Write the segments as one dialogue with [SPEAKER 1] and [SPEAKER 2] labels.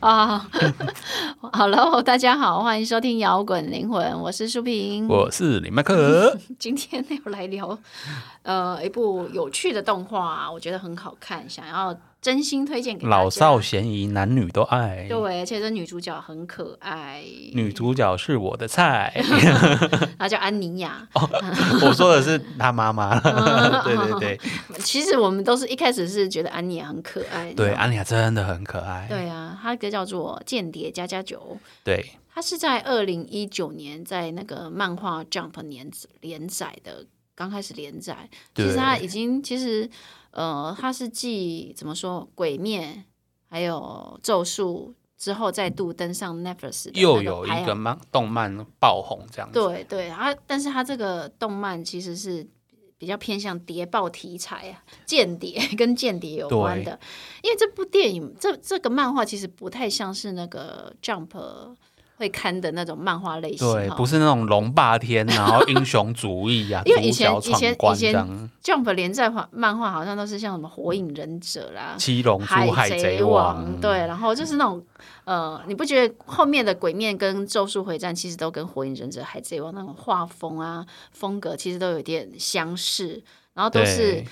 [SPEAKER 1] 啊、 好喽，大家好，欢迎收听《摇滚灵魂》，我是舒平。
[SPEAKER 2] 我是李 麦克。
[SPEAKER 1] 今天要来聊呃一部有趣的动画，我觉得很好看，想要真心推荐给大家
[SPEAKER 2] 老少咸宜，嗯男女都爱。
[SPEAKER 1] 对，而且这女主角很可爱，
[SPEAKER 2] 女主角是我 的菜。
[SPEAKER 1] 她叫安妮亚。
[SPEAKER 2] 哦我说的是他 妈妈。 对对对
[SPEAKER 1] 其实我们都是一开始是觉得安妮亚很可爱，你知
[SPEAKER 2] 对，
[SPEAKER 1] 道吗
[SPEAKER 2] 安妮亚真的很可爱。
[SPEAKER 1] 对啊，她的歌叫做《间谍加加酒》。
[SPEAKER 2] 对
[SPEAKER 1] 它是在二零一九年在那个漫画 Jump 连连载的，刚开始连载。其
[SPEAKER 2] 对
[SPEAKER 1] 实它已经其实呃，它是继怎么说《鬼灭》还有《咒术》之后再度登上 Netflix，的那
[SPEAKER 2] 又有
[SPEAKER 1] 排
[SPEAKER 2] 一个
[SPEAKER 1] 行
[SPEAKER 2] 漫动漫爆红这样子。
[SPEAKER 1] 对对，它但是它这个动漫其实是。比较偏向谍报题材啊，间谍跟间谍有关的，因为这部电影这这个漫画其实不太像是那个 Jump 会看的那种漫画类型，
[SPEAKER 2] 对，
[SPEAKER 1] 哈
[SPEAKER 2] 不是那种龙霸天，然后英雄主义啊，
[SPEAKER 1] 因为以
[SPEAKER 2] 主角
[SPEAKER 1] 前以前
[SPEAKER 2] 闯关这样，
[SPEAKER 1] Jump 连载画漫画好像都是像什么《火影忍者》啦、
[SPEAKER 2] 七龙珠、海
[SPEAKER 1] 呃贼
[SPEAKER 2] 贼王，
[SPEAKER 1] 对，然后就是那种呃，你不觉得后面的《鬼灭》跟《咒术回战》其实都跟《火影忍者》、《海贼王》那种画风啊、风格其实都有点相似，然后都是
[SPEAKER 2] 对。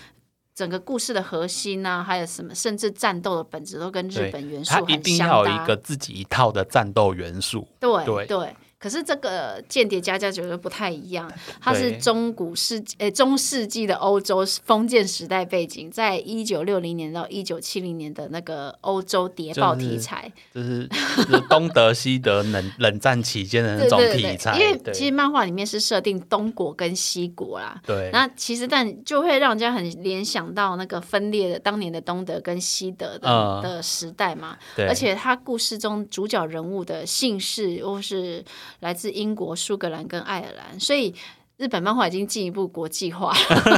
[SPEAKER 1] 整个故事的核心啊，还有什么，甚至战斗的本质都跟日
[SPEAKER 2] 对
[SPEAKER 1] 本元素
[SPEAKER 2] 他一
[SPEAKER 1] 很
[SPEAKER 2] 定
[SPEAKER 1] 相
[SPEAKER 2] 要有
[SPEAKER 1] 搭
[SPEAKER 2] 一个自己一套的战斗元素。
[SPEAKER 1] 对
[SPEAKER 2] 对
[SPEAKER 1] 可是这个间谍家家酒就不太一样，它是
[SPEAKER 2] 对
[SPEAKER 1] 中古世纪呃中世纪的欧洲封建时代背景，在一九六零年到一九七零年的那个欧洲谍报
[SPEAKER 2] 就是
[SPEAKER 1] 题材，
[SPEAKER 2] 就是 就是东德西德冷冷战期间的那
[SPEAKER 1] 对
[SPEAKER 2] 种
[SPEAKER 1] 对
[SPEAKER 2] 题
[SPEAKER 1] 对
[SPEAKER 2] 材，
[SPEAKER 1] 对，因为其实
[SPEAKER 2] 对
[SPEAKER 1] 漫画里面是设定东国跟西国啦，
[SPEAKER 2] 对
[SPEAKER 1] 那其实但就会让人家很联想到那个分裂的当年的东德跟西德的、
[SPEAKER 2] 嗯
[SPEAKER 1] 的时代嘛，
[SPEAKER 2] 对，
[SPEAKER 1] 而且他故事中主角人物的姓氏或是来自英国、苏格兰跟爱尔兰，所以日本漫画已经进一步国际化，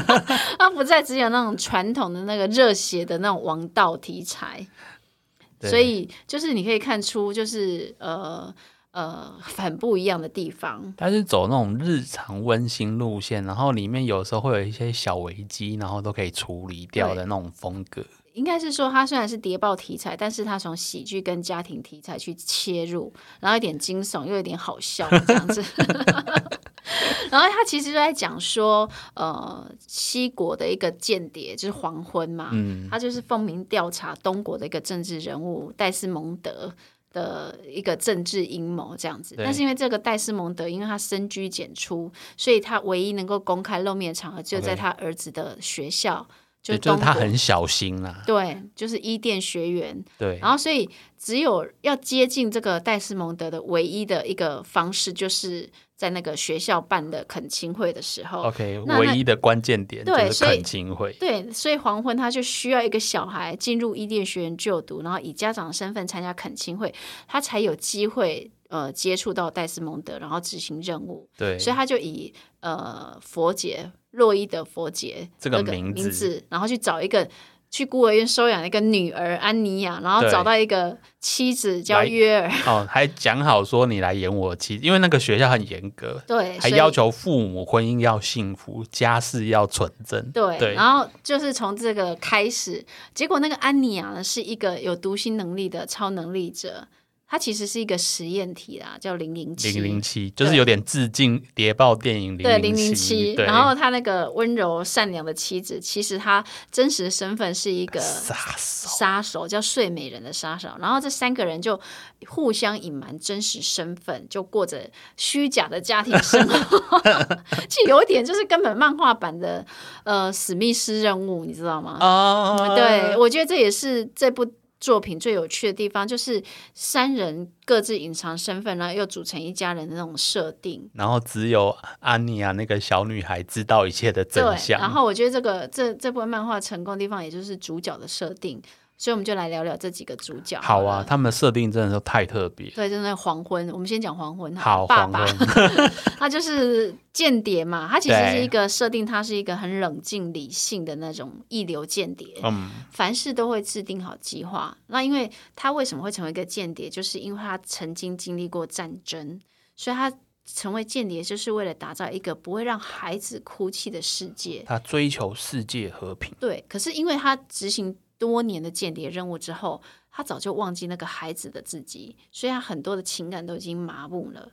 [SPEAKER 1] 它不再只有那种传统的那个热血的那种王道题材，
[SPEAKER 2] 对
[SPEAKER 1] 所以就是你可以看出，就是呃呃很不一样的地方。
[SPEAKER 2] 它是走那种日常温馨路线，然后里面有时候会有一些小危机，然后都可以处理掉的那种风格。
[SPEAKER 1] 应该是说，它虽然是谍报题材，但是它从喜剧跟家庭题材去切入，然后有点惊悚，又有点好笑这样子。 然后他其实就在讲说，呃，西国的一个间谍就是黄昏嘛，
[SPEAKER 2] 嗯，
[SPEAKER 1] 他就是奉命调查东国的一个政治人物戴斯蒙德的一个政治阴谋这样子。
[SPEAKER 2] 对
[SPEAKER 1] 但是因为这个戴斯蒙德，因为他深居简出，所以他唯一能够公开露面的场合，就在
[SPEAKER 2] OK
[SPEAKER 1] 他儿子的学校，
[SPEAKER 2] 对
[SPEAKER 1] 是
[SPEAKER 2] 就
[SPEAKER 1] 东
[SPEAKER 2] 是他
[SPEAKER 1] 国。
[SPEAKER 2] 很小心啦，
[SPEAKER 1] 对，就是伊甸学园。
[SPEAKER 2] 对
[SPEAKER 1] 然后，所以只有要接近这个戴斯蒙德的唯一的一个方式，就是在那个学校办的恳亲会的时候。
[SPEAKER 2] ，OK，
[SPEAKER 1] 那
[SPEAKER 2] 唯一的关键点就
[SPEAKER 1] 对
[SPEAKER 2] 是
[SPEAKER 1] 所以
[SPEAKER 2] 恳亲会，
[SPEAKER 1] 对，所以黄昏他就需要一个小孩进入伊甸学院就读，然后以家长的身份参加恳亲会，他才有机会呃接触到戴斯蒙德，然后执行任务。
[SPEAKER 2] 对，
[SPEAKER 1] 所以他就以呃佛杰洛伊德佛杰
[SPEAKER 2] 这个
[SPEAKER 1] 那名
[SPEAKER 2] 名字
[SPEAKER 1] 然后去找一个去孤儿院收养一个女儿安妮啊亚，然后
[SPEAKER 2] 对
[SPEAKER 1] 找到一个妻子叫
[SPEAKER 2] 来
[SPEAKER 1] 约尔，
[SPEAKER 2] 哦，还讲好说你来演我妻，因为那个学校很严格，
[SPEAKER 1] 对，
[SPEAKER 2] 还
[SPEAKER 1] 所以
[SPEAKER 2] 要求父母婚姻要幸福，家世要纯正，
[SPEAKER 1] 对，
[SPEAKER 2] 对
[SPEAKER 1] 然后就是从这个开始，结果那个安妮亚啊呢是一个有读心能力的超能力者，她其实是一个实验体啦，叫零零七。
[SPEAKER 2] 零零七就是有点致敬谍报电影
[SPEAKER 1] 对
[SPEAKER 2] 零
[SPEAKER 1] 零零七，
[SPEAKER 2] 七，
[SPEAKER 1] 然后他那个温柔善良的妻子，其实她真实的身份是一个
[SPEAKER 2] 杀手，
[SPEAKER 1] 杀手，叫睡美人的杀手。然后这三个人就互相隐瞒真实身份，就过着虚假的家庭生 活。其实有一点就是根本漫画版的呃史密斯任务，你知道吗？
[SPEAKER 2] 啊，
[SPEAKER 1] 对，我觉得这也是这部。作品最有趣的地方就是三人各自隐藏身份，然后又组成一家人的那种设定。
[SPEAKER 2] 然后只有安妮亚那个小女孩知道一切的
[SPEAKER 1] 对
[SPEAKER 2] 真，相。
[SPEAKER 1] 然后我觉得这个这这部漫画成功的地方，也就是主角的设定，所以我们就来聊聊这几个主角
[SPEAKER 2] 好
[SPEAKER 1] 了
[SPEAKER 2] 啊，他们的设定真的是太特别。
[SPEAKER 1] 对，就是那个黄昏。我们先讲黄昏
[SPEAKER 2] 好，
[SPEAKER 1] 爸
[SPEAKER 2] 黄
[SPEAKER 1] 爸，
[SPEAKER 2] 昏，
[SPEAKER 1] 他就是间谍嘛，他其实是
[SPEAKER 2] 对
[SPEAKER 1] 一个设定，他是一个很冷静理性的那种一流间谍，
[SPEAKER 2] 嗯，
[SPEAKER 1] 凡事都会制定好计划。那因为他为什么会成为一个间谍，就是因为他曾经经历过战争，所以他成为间谍就是为了打造一个不会让孩子哭泣的世界。
[SPEAKER 2] 他追求世界和平，
[SPEAKER 1] 对，可是因为他执行多年的间谍任务之后，他早就忘记那个孩子的自己，所以他很多的情感都已经麻木了。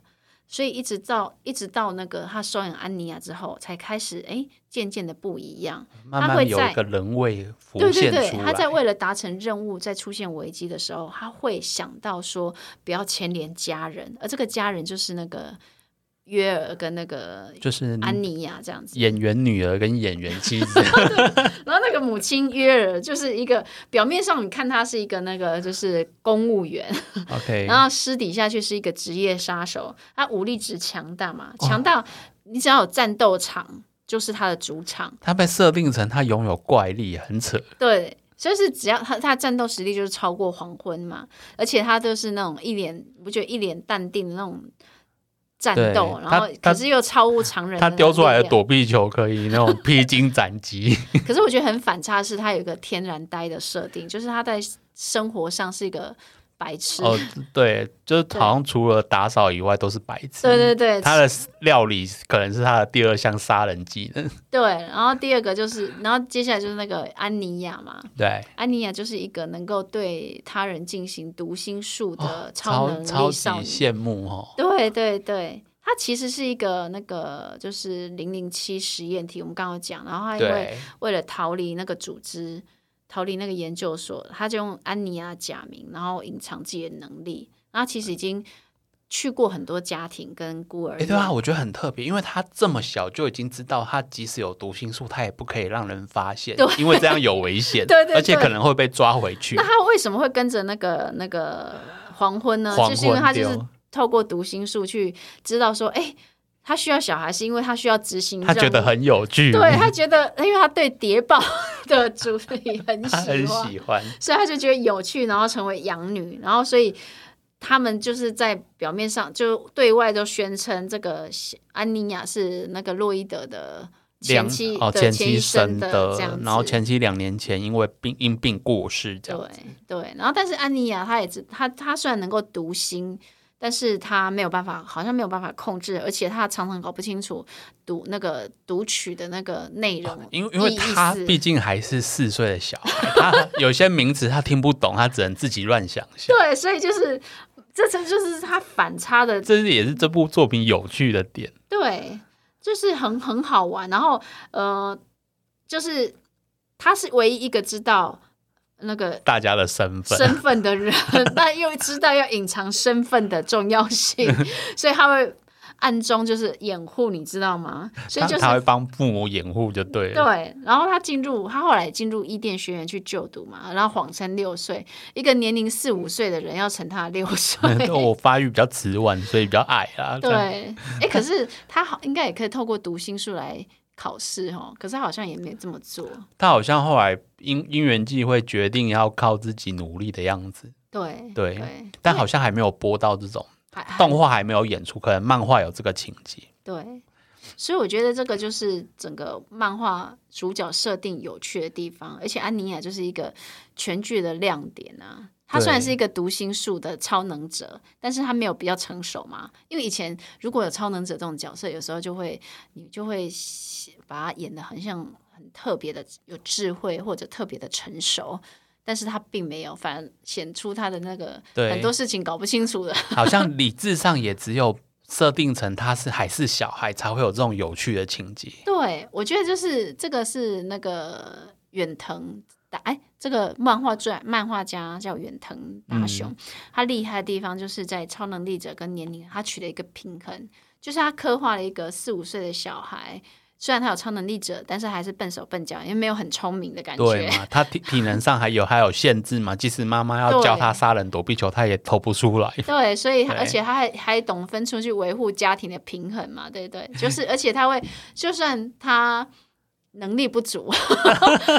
[SPEAKER 1] 所以一直到一直到那个他收养安妮亚之后，才开始哎，渐渐的不一样。
[SPEAKER 2] 慢慢
[SPEAKER 1] 会
[SPEAKER 2] 有
[SPEAKER 1] 在
[SPEAKER 2] 一个人味浮
[SPEAKER 1] 对对
[SPEAKER 2] 现出来。
[SPEAKER 1] 对，他在为了达成任务，在出现危机的时候，他会想到说不要牵连家人，而这个家人就是那个约尔跟那个
[SPEAKER 2] 就是
[SPEAKER 1] 安妮亚这样子。
[SPEAKER 2] 演员女儿跟演员妻子，
[SPEAKER 1] 然后那个母亲约尔就是一个表面上你看她是一个那个就是公务员，
[SPEAKER 2] OK，
[SPEAKER 1] 然后私底下却是一个职业杀手。他武力值强大嘛，
[SPEAKER 2] 嗯
[SPEAKER 1] 强大你只要有战斗场就是他的主场，
[SPEAKER 2] 他被设定成他拥有怪力，很扯。
[SPEAKER 1] 对。就是只要他他的战斗实力就是超过黄昏嘛，而且他就是那种一脸你不觉得一脸淡定的那种战
[SPEAKER 2] 对
[SPEAKER 1] 斗，然
[SPEAKER 2] 他
[SPEAKER 1] 后
[SPEAKER 2] 他
[SPEAKER 1] 可是又超乎常人的那种
[SPEAKER 2] 他
[SPEAKER 1] 力量。
[SPEAKER 2] 丢出来的躲避球可以那种披荆斩棘，
[SPEAKER 1] 可是我觉得很反差的是，他有一个天然呆的设定，就是他在生活上是一个白痴。
[SPEAKER 2] 哦， 对，就是
[SPEAKER 1] 对
[SPEAKER 2] 好像除了打扫以外都是白痴。
[SPEAKER 1] 对对对，
[SPEAKER 2] 嗯他的料理可能是他的第二项杀人技能。
[SPEAKER 1] 对。然后第二个就是，然后接下来就是那个安妮亚嘛，
[SPEAKER 2] 对，
[SPEAKER 1] 安妮亚就是一个能够对他人进行读心术的超
[SPEAKER 2] 超
[SPEAKER 1] 能
[SPEAKER 2] 哦超
[SPEAKER 1] 力
[SPEAKER 2] 级
[SPEAKER 1] 少女。
[SPEAKER 2] 羡慕哦。
[SPEAKER 1] 对对对，她其实是一个那个就是零零七实验体，我们刚刚有讲，然后她因为
[SPEAKER 2] 对，
[SPEAKER 1] 为了逃离那个组织，逃离那个研究所，他就用安妮亚假名，然后隐藏自己的能力。然后其实已经去过很多家庭跟孤儿
[SPEAKER 2] 哎、
[SPEAKER 1] 院，
[SPEAKER 2] 对啊，我觉得很特别，因为他这么小就已经知道，他即使有读心术，他也不可以让人发现，因为这样有危险，
[SPEAKER 1] 对对
[SPEAKER 2] 而且
[SPEAKER 1] 对
[SPEAKER 2] 可能会被抓回去
[SPEAKER 1] 那。他为什么会跟着那个那个黄昏呢？
[SPEAKER 2] 黄
[SPEAKER 1] 就是因为
[SPEAKER 2] 昏
[SPEAKER 1] 他就是
[SPEAKER 2] 丢
[SPEAKER 1] 透过读心术去知道说，哎，他需要小孩是因为他需要执行任务，
[SPEAKER 2] 他觉得很有趣，
[SPEAKER 1] 对他觉得，因为他对谍报的主题很喜
[SPEAKER 2] 他很
[SPEAKER 1] 欢，
[SPEAKER 2] 喜欢。
[SPEAKER 1] 所以他就觉得有趣，然后成为养女，然后所以他们就是在表面上就对外都宣称这个安妮亚是那个洛伊德的前
[SPEAKER 2] 两
[SPEAKER 1] 妻
[SPEAKER 2] 哦，
[SPEAKER 1] 的
[SPEAKER 2] 前
[SPEAKER 1] 妻
[SPEAKER 2] 妻生
[SPEAKER 1] 的这样子，
[SPEAKER 2] 然后前妻两年前因为病因病过世，这
[SPEAKER 1] 对
[SPEAKER 2] 样
[SPEAKER 1] 对，然后但是安妮亚她也知她她虽然能够读心。但是她没有办法，好像没有办法控制，而且她常常搞不清楚读那个读取的那个内容意思，
[SPEAKER 2] 哦因为因为他毕竟还是四岁的小孩，他有些名词他听不懂，他只能自己乱想象。
[SPEAKER 1] 对，所以就是这层就是他反差的
[SPEAKER 2] 这也是这部作品有趣的点。
[SPEAKER 1] 对，就是很很好玩。然后呃，就是他是唯一一个知道那个
[SPEAKER 2] 大家的身份，
[SPEAKER 1] 身份的人， 但又知道要隐藏身份的重要 性，所以他会暗中就是掩护，你知道吗？所以
[SPEAKER 2] 他
[SPEAKER 1] 就是
[SPEAKER 2] 他会帮父母掩护就对了。
[SPEAKER 1] 对，然后他进入，他后来进入伊甸学院去就读嘛，然后谎称六岁，一个年龄四五岁的人要乘他六 岁，
[SPEAKER 2] 我发育比较迟晚，所以比较矮啦。这
[SPEAKER 1] 对，
[SPEAKER 2] 样
[SPEAKER 1] 哎、可是他好应该也可以透过读心术来考试哦，可是他好像也没这么做。
[SPEAKER 2] 他好像后来因因缘际会决定要靠自己努力的样子，
[SPEAKER 1] 对
[SPEAKER 2] 对
[SPEAKER 1] 对，
[SPEAKER 2] 但好像还没有播到这种
[SPEAKER 1] 还还
[SPEAKER 2] 动画，还没有演出，可能漫画有这个情节。
[SPEAKER 1] 对，所以我觉得这个就是整个漫画主角设定有趣的地方，而且安妮亚就是一个全剧的亮点啊。她虽然
[SPEAKER 2] 对
[SPEAKER 1] 是一个读心术的超能者，但是她没有比较成熟嘛。因为以前如果有超能者这种角色，有时候就会你就会把她演的很像很特别的有智慧或者特别的成熟，但是她并没有，反而显出她的那个
[SPEAKER 2] 对
[SPEAKER 1] 很多事情搞不清楚的。
[SPEAKER 2] 好像理智上也只有设定成他是还是小孩，才会有这种有趣的情节。
[SPEAKER 1] 对，我觉得就是这个是那个远藤达，哎，这个漫画传漫画家叫远藤达雄，他厉害的地方就是在超能力者跟年龄，他取了一个平衡，就是他刻画了一个四五岁的小孩。虽然他有超能力者，但是还是笨手笨脚，因为没有很聪明的感
[SPEAKER 2] 对
[SPEAKER 1] 觉。
[SPEAKER 2] 嘛？他体体能上还有还有限制嘛？即使妈妈要
[SPEAKER 1] 对
[SPEAKER 2] 教他杀人躲避球，他也投不 出来。
[SPEAKER 1] 对，所以他
[SPEAKER 2] 对
[SPEAKER 1] 而且他还还懂分出去维护家庭的平衡嘛，对不对？ 就是而且他会，就算他能力不 足，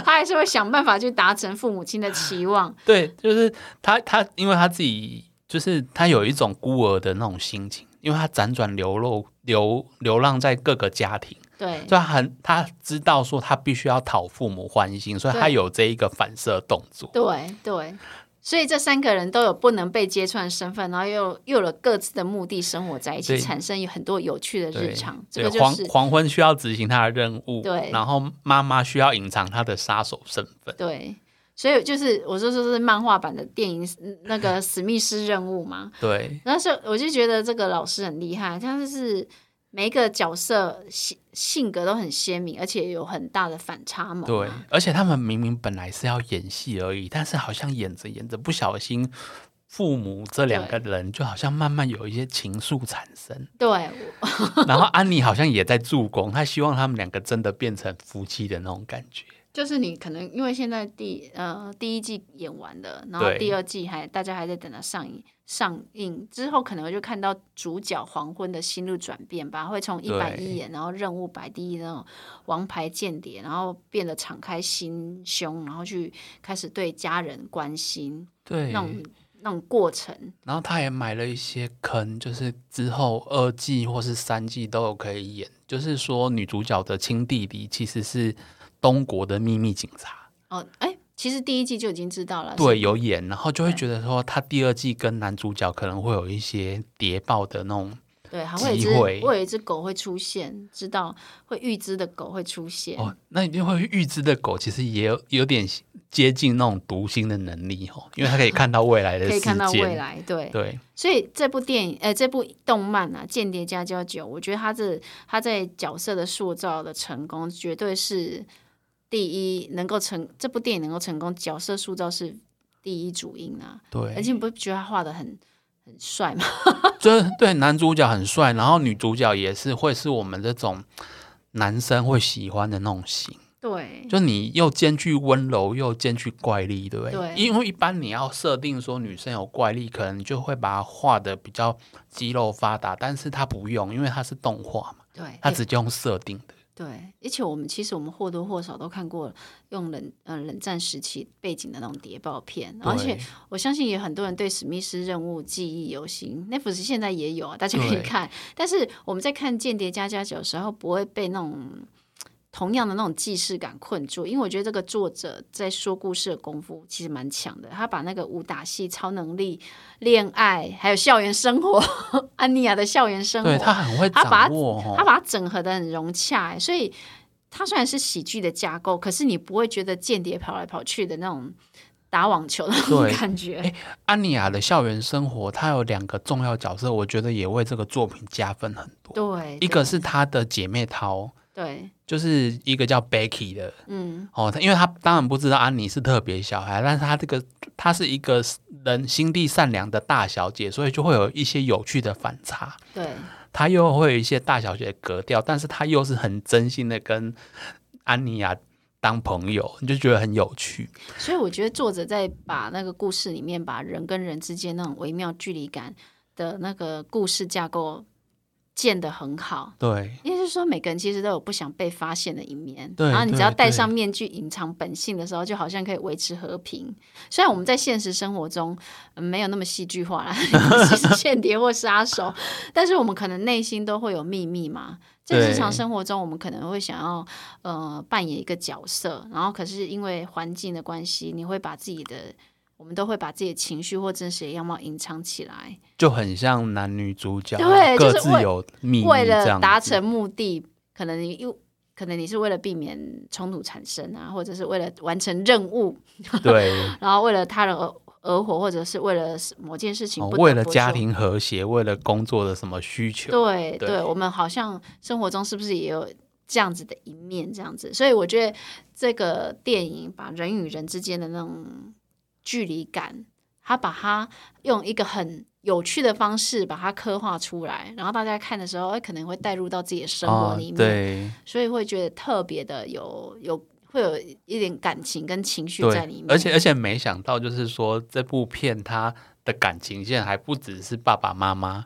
[SPEAKER 1] 他还是会想办法去达成父母亲的期望。
[SPEAKER 2] 对，就是他他，因为他自己就是他有一种孤儿的那种心情，因为他辗转流落流流浪在各个家庭，
[SPEAKER 1] 对
[SPEAKER 2] 所以他很他知道说他必须要讨父母欢心，所以他
[SPEAKER 1] 对
[SPEAKER 2] 有这一个反射动作。
[SPEAKER 1] 对对，所以这三个人都有不能被揭穿的身份，然后又又有了各自的目的，生活在一起，
[SPEAKER 2] 对
[SPEAKER 1] 产生有很多有趣的
[SPEAKER 2] 对
[SPEAKER 1] 日常。这
[SPEAKER 2] 对，
[SPEAKER 1] 个就
[SPEAKER 2] 黄
[SPEAKER 1] 是
[SPEAKER 2] 黄昏需要执行他的任务，
[SPEAKER 1] 对
[SPEAKER 2] 然后妈妈需要隐藏他的杀手身份，
[SPEAKER 1] 对，所以就是我说说是漫画版的电影嗯那个史密斯任务嘛，
[SPEAKER 2] 对，
[SPEAKER 1] 然后是我就觉得这个老师很厉害，他就是每一个角色性性格都很鲜明，而且有很大的反差萌。啊
[SPEAKER 2] 对，而且他们明明本来是要演戏而已，但是好像演着演着不小心，父母这两个人就好像慢慢有一些情愫产 生。
[SPEAKER 1] 对，
[SPEAKER 2] 然后安妮好像也在助攻，她希望他们两个真的变成夫妻的那种感觉。
[SPEAKER 1] 就是你可能因为现在第呃第一季演完了，然后
[SPEAKER 2] 对
[SPEAKER 1] 第二季还大家还在等它上映上映之后，可能就看到主角黄昏的心路转变吧，会从一
[SPEAKER 2] 对
[SPEAKER 1] 百一眼，然后任务摆第一那种王牌间谍，然后变得敞开心胸，然后去开始对家人关心
[SPEAKER 2] 对，
[SPEAKER 1] 那种那种过程。
[SPEAKER 2] 然后她也买了一些坑，就是之后二季或是三季都有可以演。就是说，女主角的亲弟弟其实是东国的秘密警察。
[SPEAKER 1] 哦，哎，其实第一季就已经知道了，
[SPEAKER 2] 对，
[SPEAKER 1] 是，
[SPEAKER 2] 有演，然后就会觉得说他第二季跟男主角可能会有一些谍报的那种
[SPEAKER 1] 对，还会有一
[SPEAKER 2] 机
[SPEAKER 1] 只
[SPEAKER 2] 会
[SPEAKER 1] 会有一只狗会出现，知道会预知的狗会出现。
[SPEAKER 2] 哦，那因为预知的狗其实也有有点接近那种读心的能力哦，因为它可以看到未来的
[SPEAKER 1] 可以
[SPEAKER 2] 事
[SPEAKER 1] 看到未
[SPEAKER 2] 件，
[SPEAKER 1] 来，对，
[SPEAKER 2] 对
[SPEAKER 1] 所以这部电影，呃，这部动漫啊，《间谍家家酒》，我觉得他这他在角色的塑造的成功，绝对是第一能够成这部电影能够成功，角色塑造是第一主因啊。而
[SPEAKER 2] 对，
[SPEAKER 1] 且你不觉得他画的很很帅吗？
[SPEAKER 2] 就是对男主角很帅，然后女主角也是会是我们这种男生会喜欢的那种型，
[SPEAKER 1] 对，
[SPEAKER 2] 就你又兼具温柔又兼具怪力，对不对？
[SPEAKER 1] 对
[SPEAKER 2] 因为一般你要设定说女生有怪力，可能就会把它画的比较肌肉发达，但是它不用，因为它是动画嘛，
[SPEAKER 1] 对，
[SPEAKER 2] 它
[SPEAKER 1] 哎
[SPEAKER 2] 直接用设定的。
[SPEAKER 1] 对，而且我们其实我们或多或少都看过用冷呃冷战时期背景的那种谍报片，而且
[SPEAKER 2] 对
[SPEAKER 1] 我相信也很多人对史密斯任务记忆犹新，Netflix 现在也有啊，大家可以
[SPEAKER 2] 对
[SPEAKER 1] 看。但是我们在看《间谍加加酒》的时候，不会被那种同样的那种既视感困住，因为我觉得这个作者在说故事的功夫其实蛮强的，他把那个武打戏、超能力、恋爱，还有校园生活， 安妮亚的校园生活，
[SPEAKER 2] 对，它很会
[SPEAKER 1] 它把它
[SPEAKER 2] 掌握哦。
[SPEAKER 1] 他把它整合的很融洽欸，所以它虽然是喜剧的架构，可是你不会觉得间谍跑来跑去的那种打网球的那种
[SPEAKER 2] 对
[SPEAKER 1] 感觉。
[SPEAKER 2] 安妮亚的校园生活，她有两个重要角色，我觉得也为这个作品加分很多。
[SPEAKER 1] 对，
[SPEAKER 2] 一个是她的姐妹淘，
[SPEAKER 1] 对，
[SPEAKER 2] 就是一个叫 Becky 的
[SPEAKER 1] 嗯，
[SPEAKER 2] 哦，她因为她当然不知道安妮是特别小孩，但是她这个她是一个人心地善良的大小姐，所以就会有一些有趣的反差。
[SPEAKER 1] 对，
[SPEAKER 2] 她又会有一些大小姐的格调，但是她又是很真心的跟安妮亚当朋友，你就觉得很有趣。
[SPEAKER 1] 所以我觉得作者在把那个故事里面，把人跟人之间那种微妙距离感的那个故事架构建得很好。
[SPEAKER 2] 对，
[SPEAKER 1] 也就是说，每个人其实都有不想被发现的一面。
[SPEAKER 2] 对
[SPEAKER 1] 然后你
[SPEAKER 2] 对
[SPEAKER 1] 只要戴
[SPEAKER 2] 对
[SPEAKER 1] 上面具，隐藏本性的时候，就好像可以维持和平。虽然我们在现实生活中、嗯没有那么戏剧化啦， 其实间谍或杀手， 但是我们可能内心都会有秘密嘛。在
[SPEAKER 2] 对
[SPEAKER 1] 日常生活中，我们可能会想要呃扮演一个角色，然后可是因为环境的关系，你会把自己的，我们都会把自己的情绪或真实的样貌隐藏起来。
[SPEAKER 2] 就很像男女主角啊
[SPEAKER 1] 对
[SPEAKER 2] 各
[SPEAKER 1] 就是
[SPEAKER 2] 自
[SPEAKER 1] 为
[SPEAKER 2] 有秘密
[SPEAKER 1] 为
[SPEAKER 2] 这
[SPEAKER 1] 了
[SPEAKER 2] 样
[SPEAKER 1] 达
[SPEAKER 2] 子
[SPEAKER 1] 成目的，可能你又可能你是为了避免冲突产生啊，或者是为了完成任务，
[SPEAKER 2] 对。
[SPEAKER 1] 然后为了他人而而活，或者是为了某件 事情
[SPEAKER 2] 哦
[SPEAKER 1] 不得不做、
[SPEAKER 2] 为了家庭和谐，为了工作的什么需求，
[SPEAKER 1] 对
[SPEAKER 2] 对
[SPEAKER 1] 对，我们好像生活中是不是也有这样子的一面？这样子，所以我觉得这个电影把人与人之间的那种距离感，它把它用一个很有趣的方式把它刻画出来，然后大家看的时候，哎可能会带入到自己的生活
[SPEAKER 2] 啊
[SPEAKER 1] 里面，
[SPEAKER 2] 对
[SPEAKER 1] 所以会觉得特别的有有会有一点感情跟情绪在里
[SPEAKER 2] 对，
[SPEAKER 1] 面，
[SPEAKER 2] 而且而且没想到，就是说这部片它的感情线还不只是爸爸妈妈，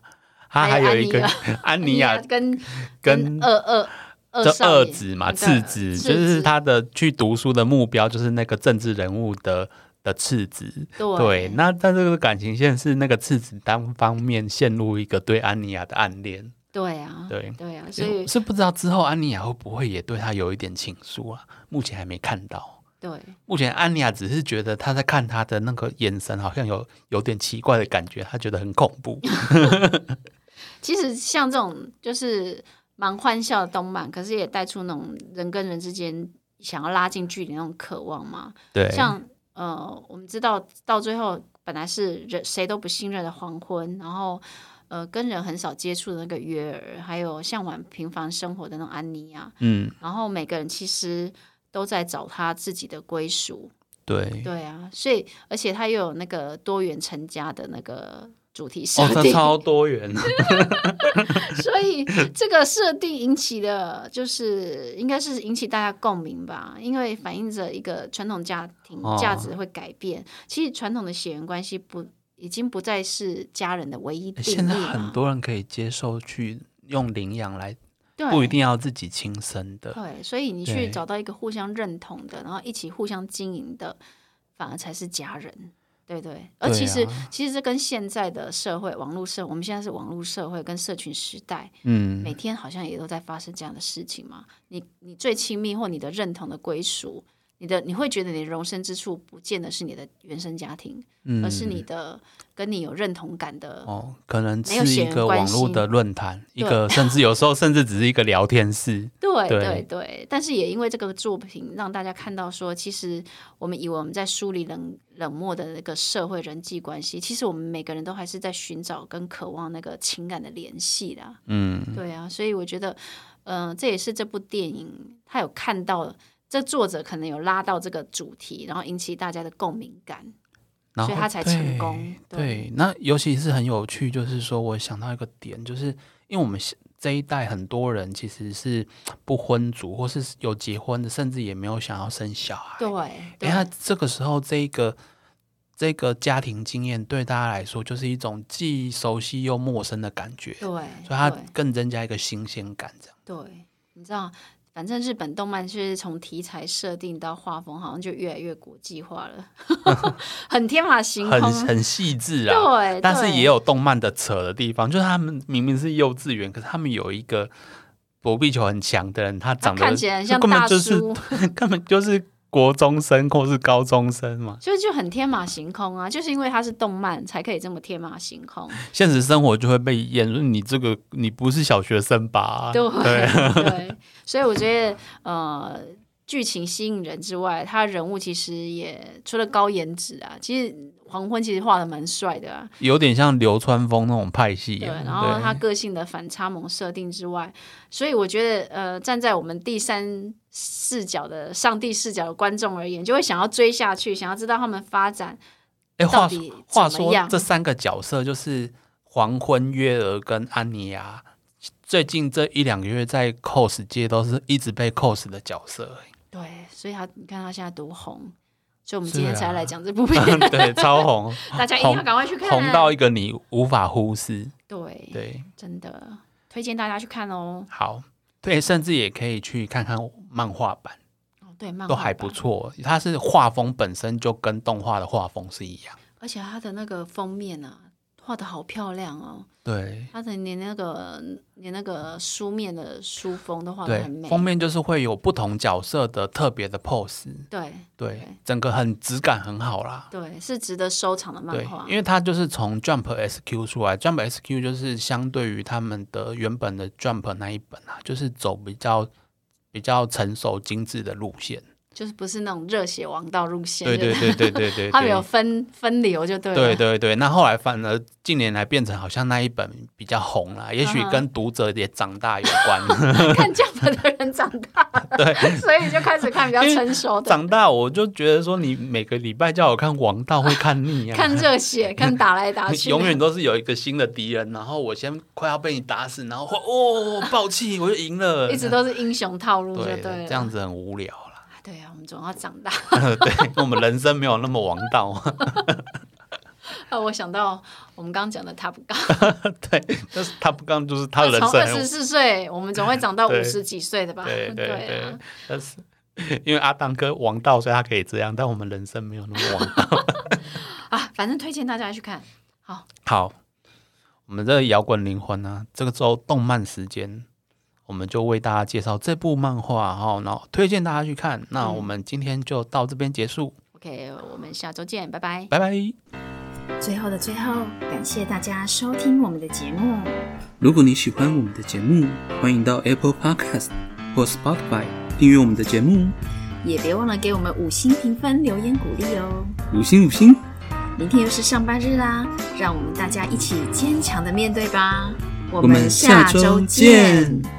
[SPEAKER 2] 它
[SPEAKER 1] 还
[SPEAKER 2] 还
[SPEAKER 1] 有
[SPEAKER 2] 有一个 安
[SPEAKER 1] 安
[SPEAKER 2] 妮亚
[SPEAKER 1] 跟
[SPEAKER 2] 跟
[SPEAKER 1] 二二二
[SPEAKER 2] 这
[SPEAKER 1] 少爷
[SPEAKER 2] 二子嘛，
[SPEAKER 1] 那个
[SPEAKER 2] 次子，
[SPEAKER 1] 次
[SPEAKER 2] 就是
[SPEAKER 1] 子
[SPEAKER 2] 他的去读书的目标就是那个政治人物的的次子，对，那他这个感情线是那个次子单方面陷入一个对安妮亚的暗恋，
[SPEAKER 1] 对啊，
[SPEAKER 2] 对。
[SPEAKER 1] 对啊，所以
[SPEAKER 2] 是不知道之后安妮亚会不会也对他有一点情愫啊？目前还没看到。
[SPEAKER 1] 对。
[SPEAKER 2] 目前安妮亚只是觉得他在看他的那个眼神，好像有有点奇怪的感觉，她觉得很恐 怖。
[SPEAKER 1] 其实像这种就是蛮欢笑的动漫，可是也带出那种人跟人之间想要拉近距离那种渴望嘛。
[SPEAKER 2] 对，
[SPEAKER 1] 像呃，我们知道到最后本来是人谁都不信任的黄昏，然后呃跟人很少接触的那个约尔，还有向往平凡生活的那种安妮啊，
[SPEAKER 2] 嗯，
[SPEAKER 1] 然后每个人其实都在找他自己的归属，
[SPEAKER 2] 对，
[SPEAKER 1] 对啊，所以而且他又有那个多元成家的那个主题设
[SPEAKER 2] 哦，它
[SPEAKER 1] 定，
[SPEAKER 2] 超 多元，
[SPEAKER 1] 所以这个设定引起的，就是应该是引起大家共鸣吧，因为反映着一个传统家庭
[SPEAKER 2] 哦
[SPEAKER 1] 价值会改变。其实传统的血缘关系不已经不再是家人的唯一定
[SPEAKER 2] 哎现
[SPEAKER 1] 义
[SPEAKER 2] 在
[SPEAKER 1] 了，
[SPEAKER 2] 很多人可以接受去用领养来，
[SPEAKER 1] 对
[SPEAKER 2] 不一定要自己亲生的，
[SPEAKER 1] 对，所以你去
[SPEAKER 2] 对
[SPEAKER 1] 找到一个互相认同的，然后一起互相经营的，反而才是家人。对对，而
[SPEAKER 2] 对
[SPEAKER 1] 其实、
[SPEAKER 2] 啊
[SPEAKER 1] 其实这跟现在的社会，网络社，我们现在是网络社会跟社群时代，每
[SPEAKER 2] 嗯，
[SPEAKER 1] 天好像也都在发生这样的事情嘛。你你最亲密或你的认同的归属，你的你会觉得你的容身之处，不见得是你的原生家庭，
[SPEAKER 2] 嗯
[SPEAKER 1] 而是你的跟你有认同感的。
[SPEAKER 2] 哦，可能
[SPEAKER 1] 没有
[SPEAKER 2] 是
[SPEAKER 1] 血
[SPEAKER 2] 一
[SPEAKER 1] 缘
[SPEAKER 2] 个
[SPEAKER 1] 关
[SPEAKER 2] 网络
[SPEAKER 1] 系
[SPEAKER 2] 的论坛，一
[SPEAKER 1] 对
[SPEAKER 2] 个 甚至有时候甚至只是一个聊天室，
[SPEAKER 1] 对
[SPEAKER 2] 对
[SPEAKER 1] 对对，但是也因为这个作品，让大家看到说，其实我们以为我们在梳理冷冷漠的那个社会人际关系，其实我们每个人都还是在寻找跟渴望那个情感的联系的啊、
[SPEAKER 2] 嗯，
[SPEAKER 1] 对啊，所以我觉得，嗯、这也是这部电影他有看到，这作者可能有拉到这个主题，然后引起大家的共鸣感。
[SPEAKER 2] 然后
[SPEAKER 1] 所以他才
[SPEAKER 2] 对
[SPEAKER 1] 成功对
[SPEAKER 2] 对，那尤其是很有趣，就是说我想到一个点，就是因为我们现这一代很多人其实是不婚族，或是有结婚的，甚至也没有想要生小孩。
[SPEAKER 1] 对，对，
[SPEAKER 2] 哎，那这个时候这一个这个家庭经验对大家来说，就是一种既熟悉又陌生的感觉，所
[SPEAKER 1] 对，
[SPEAKER 2] 以它
[SPEAKER 1] 对
[SPEAKER 2] 更增加一个新鲜感。这样，
[SPEAKER 1] 对，你知道，反正日本动漫就是从题材设定到画风，好像就越来越国际化 了，很天马行空。
[SPEAKER 2] 很很 细致啊。
[SPEAKER 1] 对，
[SPEAKER 2] 但是
[SPEAKER 1] 哎对
[SPEAKER 2] 也有动漫的扯的地方，就是他们明明是幼稚园，可是他们有一个躲避球很强的人，他
[SPEAKER 1] 他
[SPEAKER 2] 长得
[SPEAKER 1] 看起来很像
[SPEAKER 2] 根本
[SPEAKER 1] 大
[SPEAKER 2] 就
[SPEAKER 1] 叔，
[SPEAKER 2] 是 根本就是国中生或是高中生嘛，
[SPEAKER 1] 所以就很天马行空啊！就是因为他是动漫，才可以这么天马行空。
[SPEAKER 2] 现实生活就会被验说你这个你不是小学生吧？
[SPEAKER 1] 对 对，所以我觉得呃，剧情吸引人之外，他人物其实也除了高颜值啊，其实黄昏其实画的蛮帅的啊，
[SPEAKER 2] 有点像流川枫那种派系
[SPEAKER 1] 对，
[SPEAKER 2] 啊、
[SPEAKER 1] 然后
[SPEAKER 2] 对
[SPEAKER 1] 他个性的反差萌设定之外，所以我觉得呃，站在我们第三视角的上帝视角的观众而言，就会想要追下去，想要知道他们发展
[SPEAKER 2] 哎、
[SPEAKER 1] 到
[SPEAKER 2] 话
[SPEAKER 1] 底
[SPEAKER 2] 话
[SPEAKER 1] 怎么
[SPEAKER 2] 说
[SPEAKER 1] 样
[SPEAKER 2] 这。三个角色就是黄昏、月儿跟安妮亚，最近这一两个月在 cos 界都是一直被 cos 的角色、
[SPEAKER 1] 对，所以他你看他现在多红，所以我们
[SPEAKER 2] 是
[SPEAKER 1] 今天才
[SPEAKER 2] 啊
[SPEAKER 1] 来讲这部 片，
[SPEAKER 2] 对，超红，
[SPEAKER 1] 大家一定要
[SPEAKER 2] 红
[SPEAKER 1] 赶快去 看，啊
[SPEAKER 2] 红到一个你无法忽视。
[SPEAKER 1] 对
[SPEAKER 2] 对，
[SPEAKER 1] 真的推荐大家去看哦。
[SPEAKER 2] 好，对，甚至也可以去看看漫画版，
[SPEAKER 1] 哦，对，漫
[SPEAKER 2] 都
[SPEAKER 1] 画
[SPEAKER 2] 还
[SPEAKER 1] 版
[SPEAKER 2] 不，错。它是画风本身就跟动画的画风是一样。
[SPEAKER 1] 而且它的那个封面啊，画的好漂亮哦，
[SPEAKER 2] 对
[SPEAKER 1] 它的连那个连那个书面的书封都画的哦很
[SPEAKER 2] 对，
[SPEAKER 1] 美，
[SPEAKER 2] 封面就是会有不同角色的特别的 pose，
[SPEAKER 1] 对
[SPEAKER 2] 对
[SPEAKER 1] 对，
[SPEAKER 2] 整个很质感很好啦。
[SPEAKER 1] 对是值得收藏的漫
[SPEAKER 2] 对，
[SPEAKER 1] 画
[SPEAKER 2] 因，为它就是从 Jump SQ 出来，Jump SQ 就是相对于他们的原本的 Jump 那一本啊，就是走比较比较成熟精致的路线。
[SPEAKER 1] 就是不是那种热血王道路线，
[SPEAKER 2] 对对
[SPEAKER 1] 就是
[SPEAKER 2] 对对对对，
[SPEAKER 1] 他们有分分流就对了，啊
[SPEAKER 2] 对对对，那后来反而近年来变成好像那一本比较红了，也许
[SPEAKER 1] 嗯哼
[SPEAKER 2] 跟读者也长大有关。
[SPEAKER 1] 看这样的人长大了，
[SPEAKER 2] 对，
[SPEAKER 1] 所以就开始看比较成熟的，
[SPEAKER 2] 长大我就觉得说，你每个礼拜叫我看王道会看腻啊，
[SPEAKER 1] 看 热血，看打来打去，
[SPEAKER 2] 永远都是有一个新的敌人，然后我先快要被你打死，然后哦暴气我就赢了，
[SPEAKER 1] 一直都是英雄套路就
[SPEAKER 2] 对
[SPEAKER 1] 了，
[SPEAKER 2] 这样子很无聊啦。
[SPEAKER 1] 对啊，我们总要长大。
[SPEAKER 2] 对，我们人生没有那么王道，
[SPEAKER 1] 啊，我想到我们刚刚讲的 Top Gun。
[SPEAKER 2] 对，但是他不刚就是他人
[SPEAKER 1] 从
[SPEAKER 2] 生
[SPEAKER 1] 二
[SPEAKER 2] 很
[SPEAKER 1] 十四岁，我们总会长到
[SPEAKER 2] 对
[SPEAKER 1] 五十几岁的吧？
[SPEAKER 2] 对对对，
[SPEAKER 1] 啊，
[SPEAKER 2] 但是因为阿当哥王道，所以他可以这样，但我们人生没有那么王道。
[SPEAKER 1] 啊，反正推荐大家去看。好，
[SPEAKER 2] 好，我们这个摇滚灵魂呢、这个周动漫时间，我们就为大家介绍这部漫画哈、然后推荐大家去看。那
[SPEAKER 1] 嗯
[SPEAKER 2] 我们今天就到这边结束，
[SPEAKER 1] ，OK，我们下周见，拜拜。
[SPEAKER 2] 拜拜。
[SPEAKER 3] 最后的最后，感谢大家收听我们的节目。
[SPEAKER 4] 如果你喜欢我们的节目，欢迎到 Apple Podcast 或 Spotify 订阅我们的节目哦。
[SPEAKER 1] 也别忘了给我们五星评分、留言鼓励哦。
[SPEAKER 2] 五星五星，
[SPEAKER 1] 明天又是上班日啦，让我们大家一起坚强的面对吧。我
[SPEAKER 2] 我们
[SPEAKER 1] 们
[SPEAKER 2] 下
[SPEAKER 1] 下周
[SPEAKER 2] 周见
[SPEAKER 1] 见